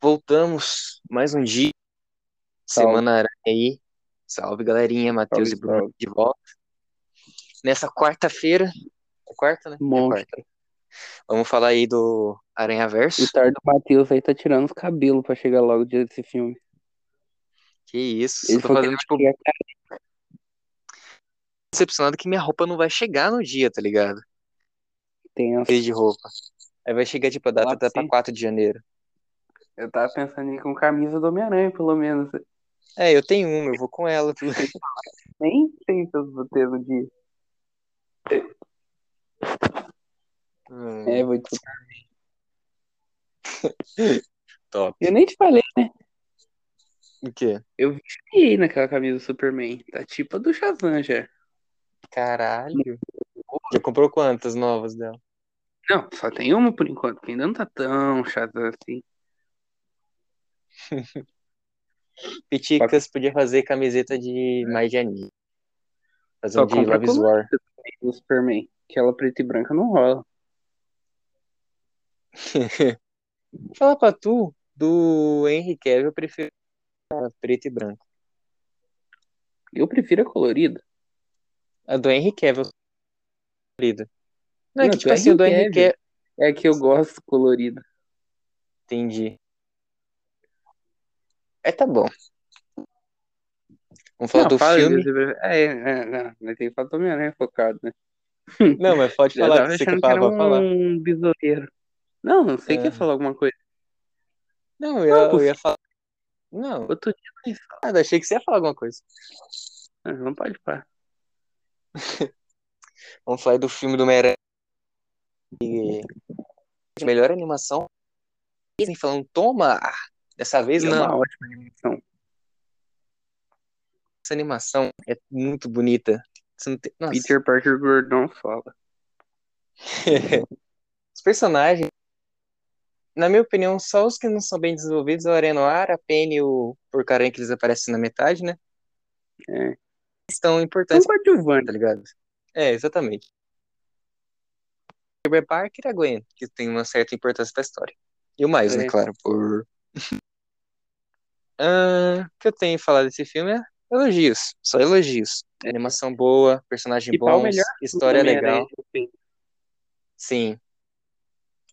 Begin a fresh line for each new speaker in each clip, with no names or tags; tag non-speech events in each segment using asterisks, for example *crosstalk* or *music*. Voltamos mais um dia,
Salve.
semana aranha aí. Salve galerinha, Matheus
Salve,
e Bruno
salve.
de volta. Nessa quarta-feira, é quarta, né? É
Monstro.
quarta. Vamos falar aí do Aranha Verso.
O tardo Matheus aí tá tirando os cabelos pra chegar logo dia desse filme.
Que isso,
Ele
eu tô
falou
Tá
que
fazendo, tipo,
ele ia cair.
decepcionado que minha roupa não vai chegar no dia, tá ligado?
tenso.
Dia de roupa. Aí vai chegar, tipo, a data
Lá pra
tá pra
você.
4 de janeiro.
Eu tava pensando em ir com camisa do Homem-Aranha, pelo menos.
É, eu tenho uma, eu vou com ela.
Nem sei se eu vou ter no dia.
Hum,
É, vou te...
*laughs* top.
Eu nem te falei.
O quê?
E aí naquela camisa do Superman? Tá tipo a do Shazam já.
Caralho. Já comprou quantas novas dela?
Não, só tem uma por enquanto, que ainda não tá tão Shazam assim.
Piticas podia fazer camiseta de mais de anime. Fazer
Só
um de
compra
Love is
colorida.
War.
Do Superman. Aquela preta e branca não rola.
Falar pra tu, do Henry Cavill, eu prefiro a preta e branca.
Eu prefiro a colorida.
A do Henry Cavill. colorida. Não, é
Não,
que
do
tipo assim, o do
Henry
Henry
Cavill.
Cavill...
É a que eu gosto colorida.
Entendi. É, tá bom. Vamos falar
Não,
do
fala,
filme.
Deus, É, é, é, não, mas tem que falar do Homem-Aranha focado, né?
Não, mas pode
Eu
falar
tava
que você quer
achando que
falar,
era
pode falar.
um bisoeiro. Não, não sei que ia
É.
falar alguma coisa.
Não, eu,
Não,
eu ia falar... Não,
Outro dia nós
nada, achei que você ia falar alguma coisa.
falamos, ah, não pode falar.
Vamos falar do filme do Homem-Aranha. E- Melhor animação. Disney falando, toma! Ah, Dessa vez
É
não.
uma ótima animação.
Essa animação é muito bonita. Você não tem- Nossa.
Peter Parker Gordon fala.
Os personagens, na minha opinião, só os que não são bem desenvolvidos, é o Arenoar, a Penny e o Porcaranha que eles aparecem na metade, né?
É.
Estão
É um
importantes,
coadjuvante.
tá ligado? É, exatamente. Peter Parker e a Gwen, que tem uma certa importância pra história. E o Miles,
É.
né, claro, por... *laughs* Ah, o que eu tenho a falar desse filme é elogios, só elogios. Animação boa, personagem
E qual o
bom,
melhor
história é
Homem-Aranha,
legal.
enfim.
Sim.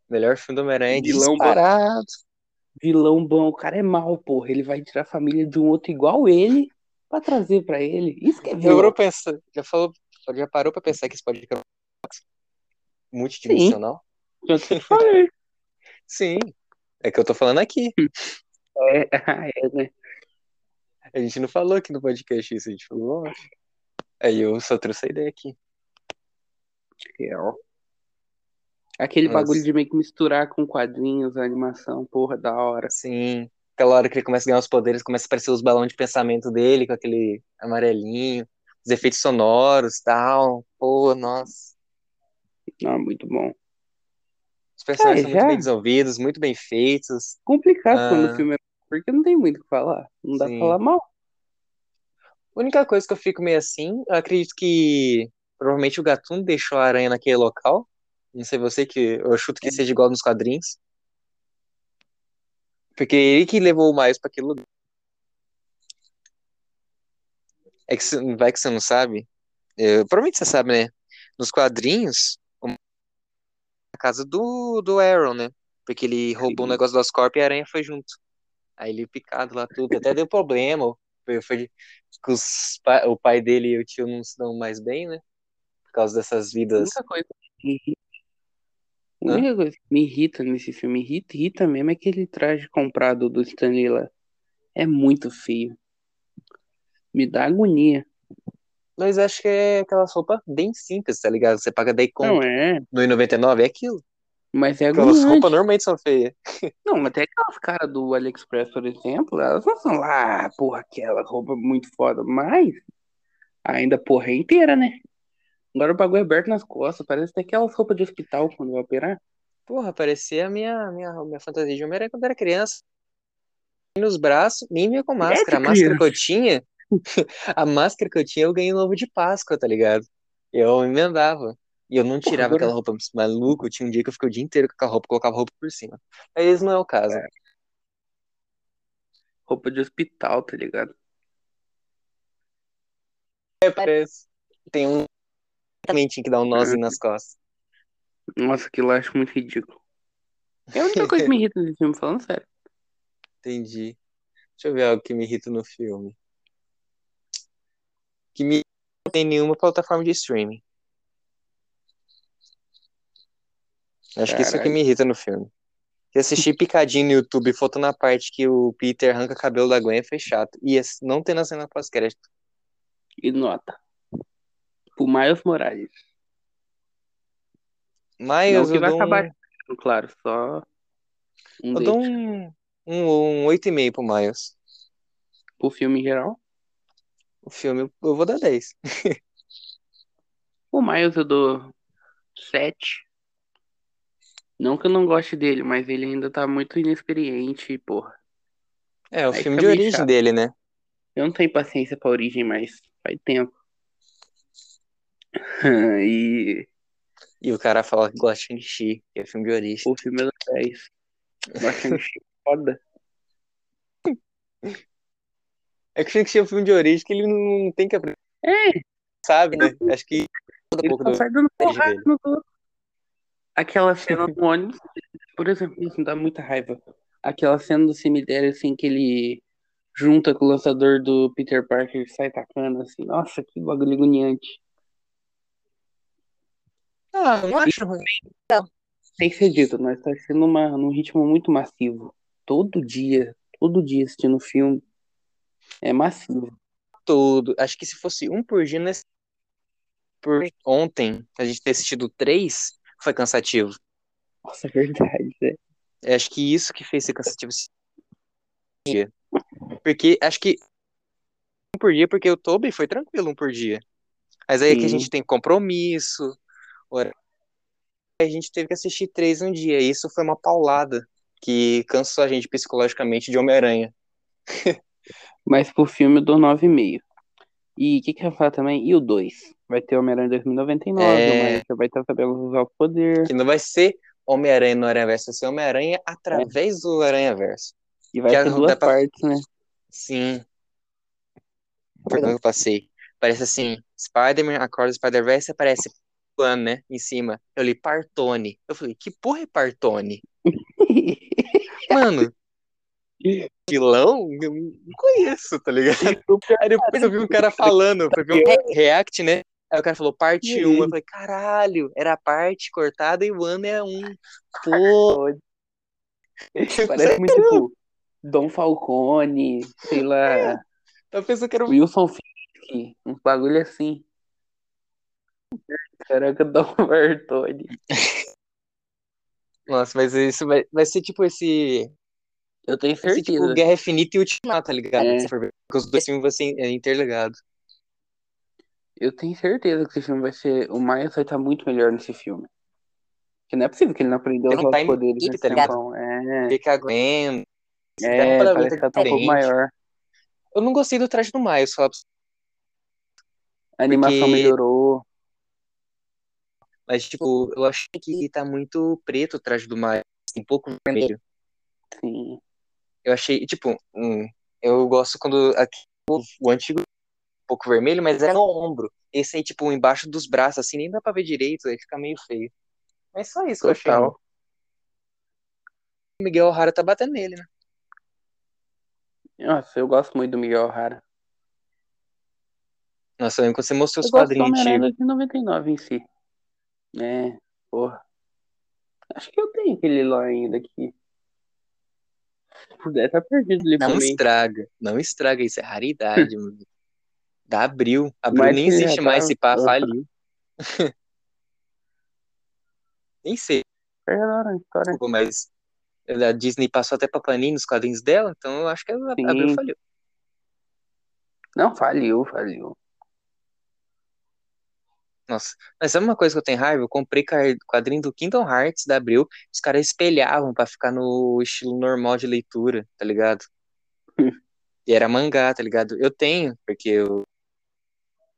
Melhor filme do Homem-Aranha
Vilão bom.
disparado.
Vilão bom, o cara é mau, porra. Ele vai tirar a família de um outro igual ele pra trazer pra ele. Isso que é
Já, parou
vilão.
pensa- já, falou, já parou pra pensar que é isso pode ficar multidimensional?
*laughs* Eu te falei.
Sim. É que eu tô falando aqui.
É, *laughs* é, né?
A gente não falou aqui no podcast isso, a gente falou. ó. Aí eu só trouxe a ideia aqui.
Real. Aquele
Nossa.
bagulho de meio que misturar com quadrinhos, animação, porra, da hora.
Sim. Aquela hora que ele começa a ganhar os poderes, começa a aparecer os balões de pensamento dele, com aquele amarelinho, os efeitos sonoros tal. Pô, nossa.
Não, muito bom.
Os personagens
É,
são muito
já-
bem desenvolvidos, muito bem feitos.
complicado
Ah.
quando o filme é bom, porque não tem muito o que falar. Não dá
Sim.
pra falar mal.
A única coisa que eu fico meio assim, eu acredito que provavelmente o gatuno deixou a aranha naquele local. Não sei você que eu chuto que seja igual nos quadrinhos. Porque ele que levou o Miles pra aquele lugar. É que cê- vai que você não sabe. É, provavelmente você sabe, né? Nos quadrinhos, o Miles tá na casa do, do Aaron, né? Porque ele roubou o
Sim.
negócio do Oscorp e a aranha foi junto. Aí ele picado lá tudo, até deu problema. Foi, foi que os pa- o pai dele e o tio não se dão mais bem, né? Por causa dessas
A
vidas.
única coisa que me irrita, a
Hã?
única coisa que me irrita nesse filme, irrita, irrita mesmo, é aquele traje comprado do Stanley lá. É muito feio. Me dá agonia.
Mas acho que é aquelas roupas bem simples, tá ligado? Você paga 10
Não
conto
é,
no 99, é aquilo.
mas é
Aquelas
agoniante.
roupas normalmente são feias.
Não, até aquelas caras do AliExpress, por exemplo, elas não são lá, ah, porra, aquela roupa muito foda, mas ainda porra é inteira, né? Agora o bagulho é aberto nas costas, parece até aquelas roupas de hospital quando vai operar.
Porra, parecia a minha, minha, minha fantasia de Homem-Aranha quando era criança. Nos braços, nem vinha com
É
máscara. A máscara que eu tinha, *laughs* a máscara que eu tinha, eu ganhei no ovo de Páscoa, tá ligado? Eu emendava. E eu não
Porra,
tirava
agora-
aquela roupa maluco. Tinha um dia que eu fiquei o dia inteiro com aquela roupa, colocava a roupa por cima. Mas esse não é o caso.
roupa de hospital, tá ligado?
É, parece. Tem um exatamente que dá um nozinho nas costas.
Nossa, aquilo eu acho muito ridículo. É a única coisa que
*laughs*
me irrita nesse filme, falando sério.
Entendi. Deixa eu ver algo que me irrita no filme. Que me não tem nenhuma plataforma de streaming. Acho que isso é o que
Caralho.
me irrita no filme. Se *laughs* assistir picadinho no YouTube, faltando a parte que o Peter arranca cabelo da Gwen, foi chato. E esse- não tem na cena pós-crédito.
E nota. Pro Miles Morales.
Mas
Não
eu
que vai
dou um-
acabar, claro, só um
Eu
dele.
dou um, um, um 8,5 pro Miles.
Pro filme em geral.
O filme eu vou dar 10.
O Miles eu dou 7. Não que eu não goste dele, mas ele ainda tá muito inexperiente, e, porra.
É, o
Aí
filme de
fica meio
origem
chato.
dele, né?
Eu não tenho paciência pra origem, mas faz tempo. *laughs* e
E o cara fala que gosta de Shang-Chi, que é filme de origem.
o filme é 10.
*laughs*
Bastante foda.
É que o Shang-Chi é um filme de origem que ele não tem que aprender,
É,
sabe, né? Acho que muda um
ele
pouco
só
do...
sai dando
origem
porrada
dele.
no outro. Aquela cena do ônibus, por exemplo, isso me dá muita raiva. Aquela cena do cemitério, assim, que ele junta com o lançador do Peter Parker e sai tacando, assim. Nossa, que bagulho agoniante.
Ah, eu não acho ruim.
Tem que ser dito, nós tá sendo uma, num ritmo muito massivo. Todo dia, todo dia assistindo filme. É massivo.
tudo. Acho que se fosse um por dia, né? Por ontem, a gente ter assistido três, foi cansativo.
Nossa, é verdade, né?
É, acho que isso que fez ser cansativo esse dia. Porque acho que um por dia, porque o Toby foi tranquilo um por dia. Mas aí é que a
Sim.
gente tem compromisso, hora- a gente teve que assistir três um dia. E isso foi uma paulada que cansou a gente psicologicamente de Homem-Aranha.
Mas pro filme eu dou 9,5. E o que, que eu ia falar também? E o 2? Vai ter Homem-Aranha 2099,
É.
o Mario já vai estar sabendo usar o poder.
Que não vai ser Homem-Aranha no Aranha-Verso, vai ser Homem-Aranha através do Aranha-Verso.
E vai
Que
ter
não
duas
dá pra-
partes, né?
Sim. Perdão que eu passei. Parece assim, Spider-Man, Across the Spider-Verse, aparece plano, né, em cima. Eu li Partone. Eu falei, que porra é Partone? Mano, vilão? Eu não conheço, tá ligado? Aí depois eu vi um cara falando, foi ver um react, né? Aí o cara falou parte 1, eu falei, caralho, era a parte cortada e o ano é um. Pô,
Parece muito tipo Dom Falcone, sei lá,
eu pensei que era um
Wilson Fisk, uns bagulho assim. Caraca, Dom Bertone.
Nossa, mas isso vai, vai ser tipo esse.
Eu tenho
Vai ser tipo
certeza.
Guerra Infinita e Ultimato, tá ligado?
É.
Se for ver, Porque os dois filmes vão ser é, interligados.
Eu tenho certeza que esse filme vai ser. O Miles vai estar muito melhor nesse filme. Porque não é possível que ele não aprendeu a
Ele
usar
não tá
os poderes
em-
nesse
tá ligado?
tempão. É,
Fica a Gwen.
é
dá pra
parece
ver
que ela tá um pouco
diferente.
maior.
Eu não gostei do traje do Miles, falar pra você.
A animação
Porque-
melhorou.
mas tipo, eu achei que tá muito preto o traje do Miles, um pouco vermelho.
Sim.
Eu achei, tipo, hum, eu gosto quando aqui, o, o antigo é um pouco vermelho, mas é no ombro. Esse aí, tipo, embaixo dos braços, assim, nem dá pra ver direito, aí fica meio feio. Mas só isso que eu achei.
Total.
ruim. O Miguel O'Hara tá batendo nele, né?
Nossa, eu gosto muito do Miguel O'Hara.
Nossa, eu lembro quando você mostrou os
Eu gosto do
quadrinhos
Homem-Aranha
antigos.
2099 em si. É, porra. Acho que eu tenho aquele lá ainda aqui. Se puder, tá perdido ali pra
Não
mim.
estraga, não estraga, isso é raridade,
*laughs*
mano. Da Abril. Abril
Mas
nem
que já
existe
tá-
mais, esse pá
Uhum.
faliu. Nem
*laughs*
sei.
É da hora a história.
desculpa, mas a Disney passou até pra Panini nos quadrinhos dela, então eu acho que ela
Sim.
abriu e falhou.
Não, faliu, faliu.
Nossa, mas sabe uma coisa que eu tenho raiva? Eu comprei car- quadrinho do Kingdom Hearts da Abril, os caras espelhavam pra ficar no estilo normal de leitura, tá *laughs* ligado? E era mangá, tá ligado? Eu tenho, porque eu,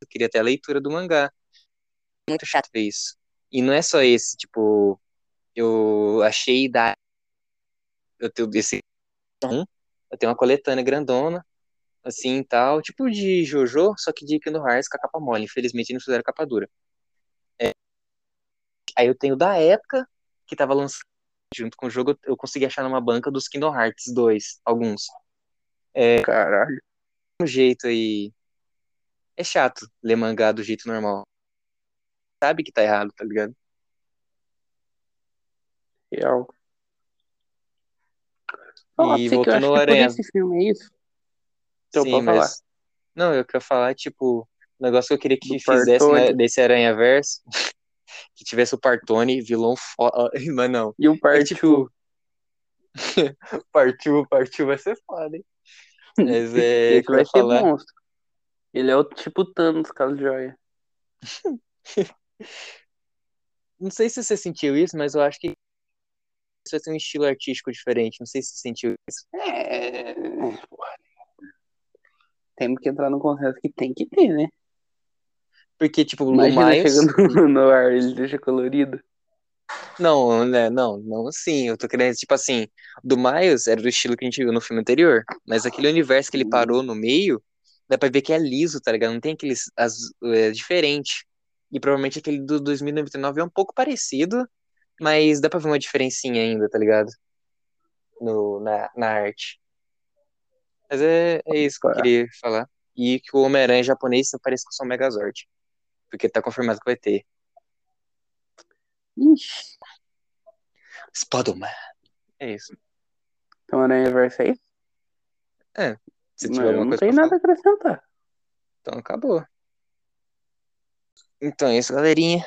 eu queria ter a leitura do mangá. Muito chato ver isso. E não é só esse, tipo, eu achei da. Eu tenho esse. Eu tenho uma coletânea grandona, assim, tal, tipo de JoJo, só que de Kingdom Hearts com a capa mole. Infelizmente não fizeram capa dura. É. Aí eu tenho da época que tava lançando junto com o jogo, eu consegui achar numa banca dos Kingdom Hearts 2, alguns. É,
Caralho.
um jeito aí. É chato ler mangá do jeito normal. Sabe que tá errado, tá ligado?
Real.
E
Nossa, que eu
voltando
acho
ao
que por
Aranha.
esse filme é isso. Então,
Sim,
pode falar.
mas. Não, eu queria falar, tipo, o negócio que eu queria que
Do
fizesse
Partone.
né, desse Aranha Verso, *laughs* que tivesse o Partone, vilão foda. *laughs* Mas não.
E o
É
parte um,
tipo. Partiu, partiu, vai ser foda, hein? Mas é.
*laughs* Esse
que eu
vai
ia
ser
falar.
monstro. Ele é o tipo Thanos, caso joia.
Não sei se você sentiu isso, mas eu acho que isso vai ser um estilo artístico diferente. Não sei se você sentiu isso.
É... porra. Temos que entrar no consenso que tem que ter, né?
Porque, tipo, o
Imagina
Miles.
chegando *laughs* no ar, ele deixa colorido.
Não, né? Não, não, sim. Eu tô querendo, tipo assim, do Miles era do estilo que a gente viu no filme anterior, mas aquele universo que ele parou no meio, dá pra ver que é liso, tá ligado? Não tem aqueles. As, é diferente. E provavelmente aquele do 2099 é um pouco parecido, mas dá pra ver uma diferencinha ainda, tá ligado? No, na, na arte. Mas é, é isso que eu
Opa.
queria falar. E que o Homem-Aranha japonês parece com o seu Megazord. Porque tá confirmado que vai ter.
Ixi.
Spider-Man. É isso.
Então, Aranha Versa aí?
Se
Não,
tiver
eu
alguma
não
coisa
tem
pra
nada a acrescentar.
Então acabou. Então é isso, galerinha.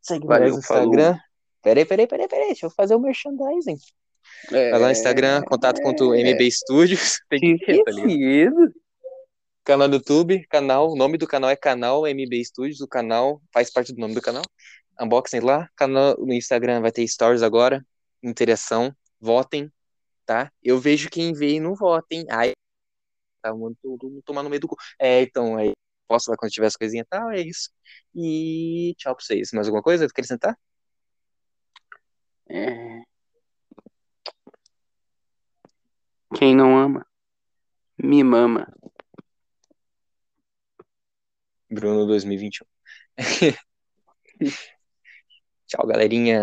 Segue
Valeu,
nós no
falou.
Instagram. Peraí, peraí, peraí, peraí. Deixa eu fazer o merchandising.
É.
É. Vai lá no Instagram, contato com o MB Studios. É. Tem que ter, tá ligado?
Esquecido.
Canal do YouTube, canal. O nome do canal é canal MB Studios. O canal faz parte do nome do canal. Unboxing lá. Canal no Instagram vai ter stories agora. Interação. Votem, tá? Eu vejo quem vê e não votem. Ai, tá muito, muito tomar no meio do cu. É, então, aí. Posso lá quando tiver as coisinhas e tal, é isso. E tchau pra vocês. Mais alguma coisa? Quer sentar?
É. Quem não ama, me mama.
Bruno 2021. *laughs* Tchau, galerinha.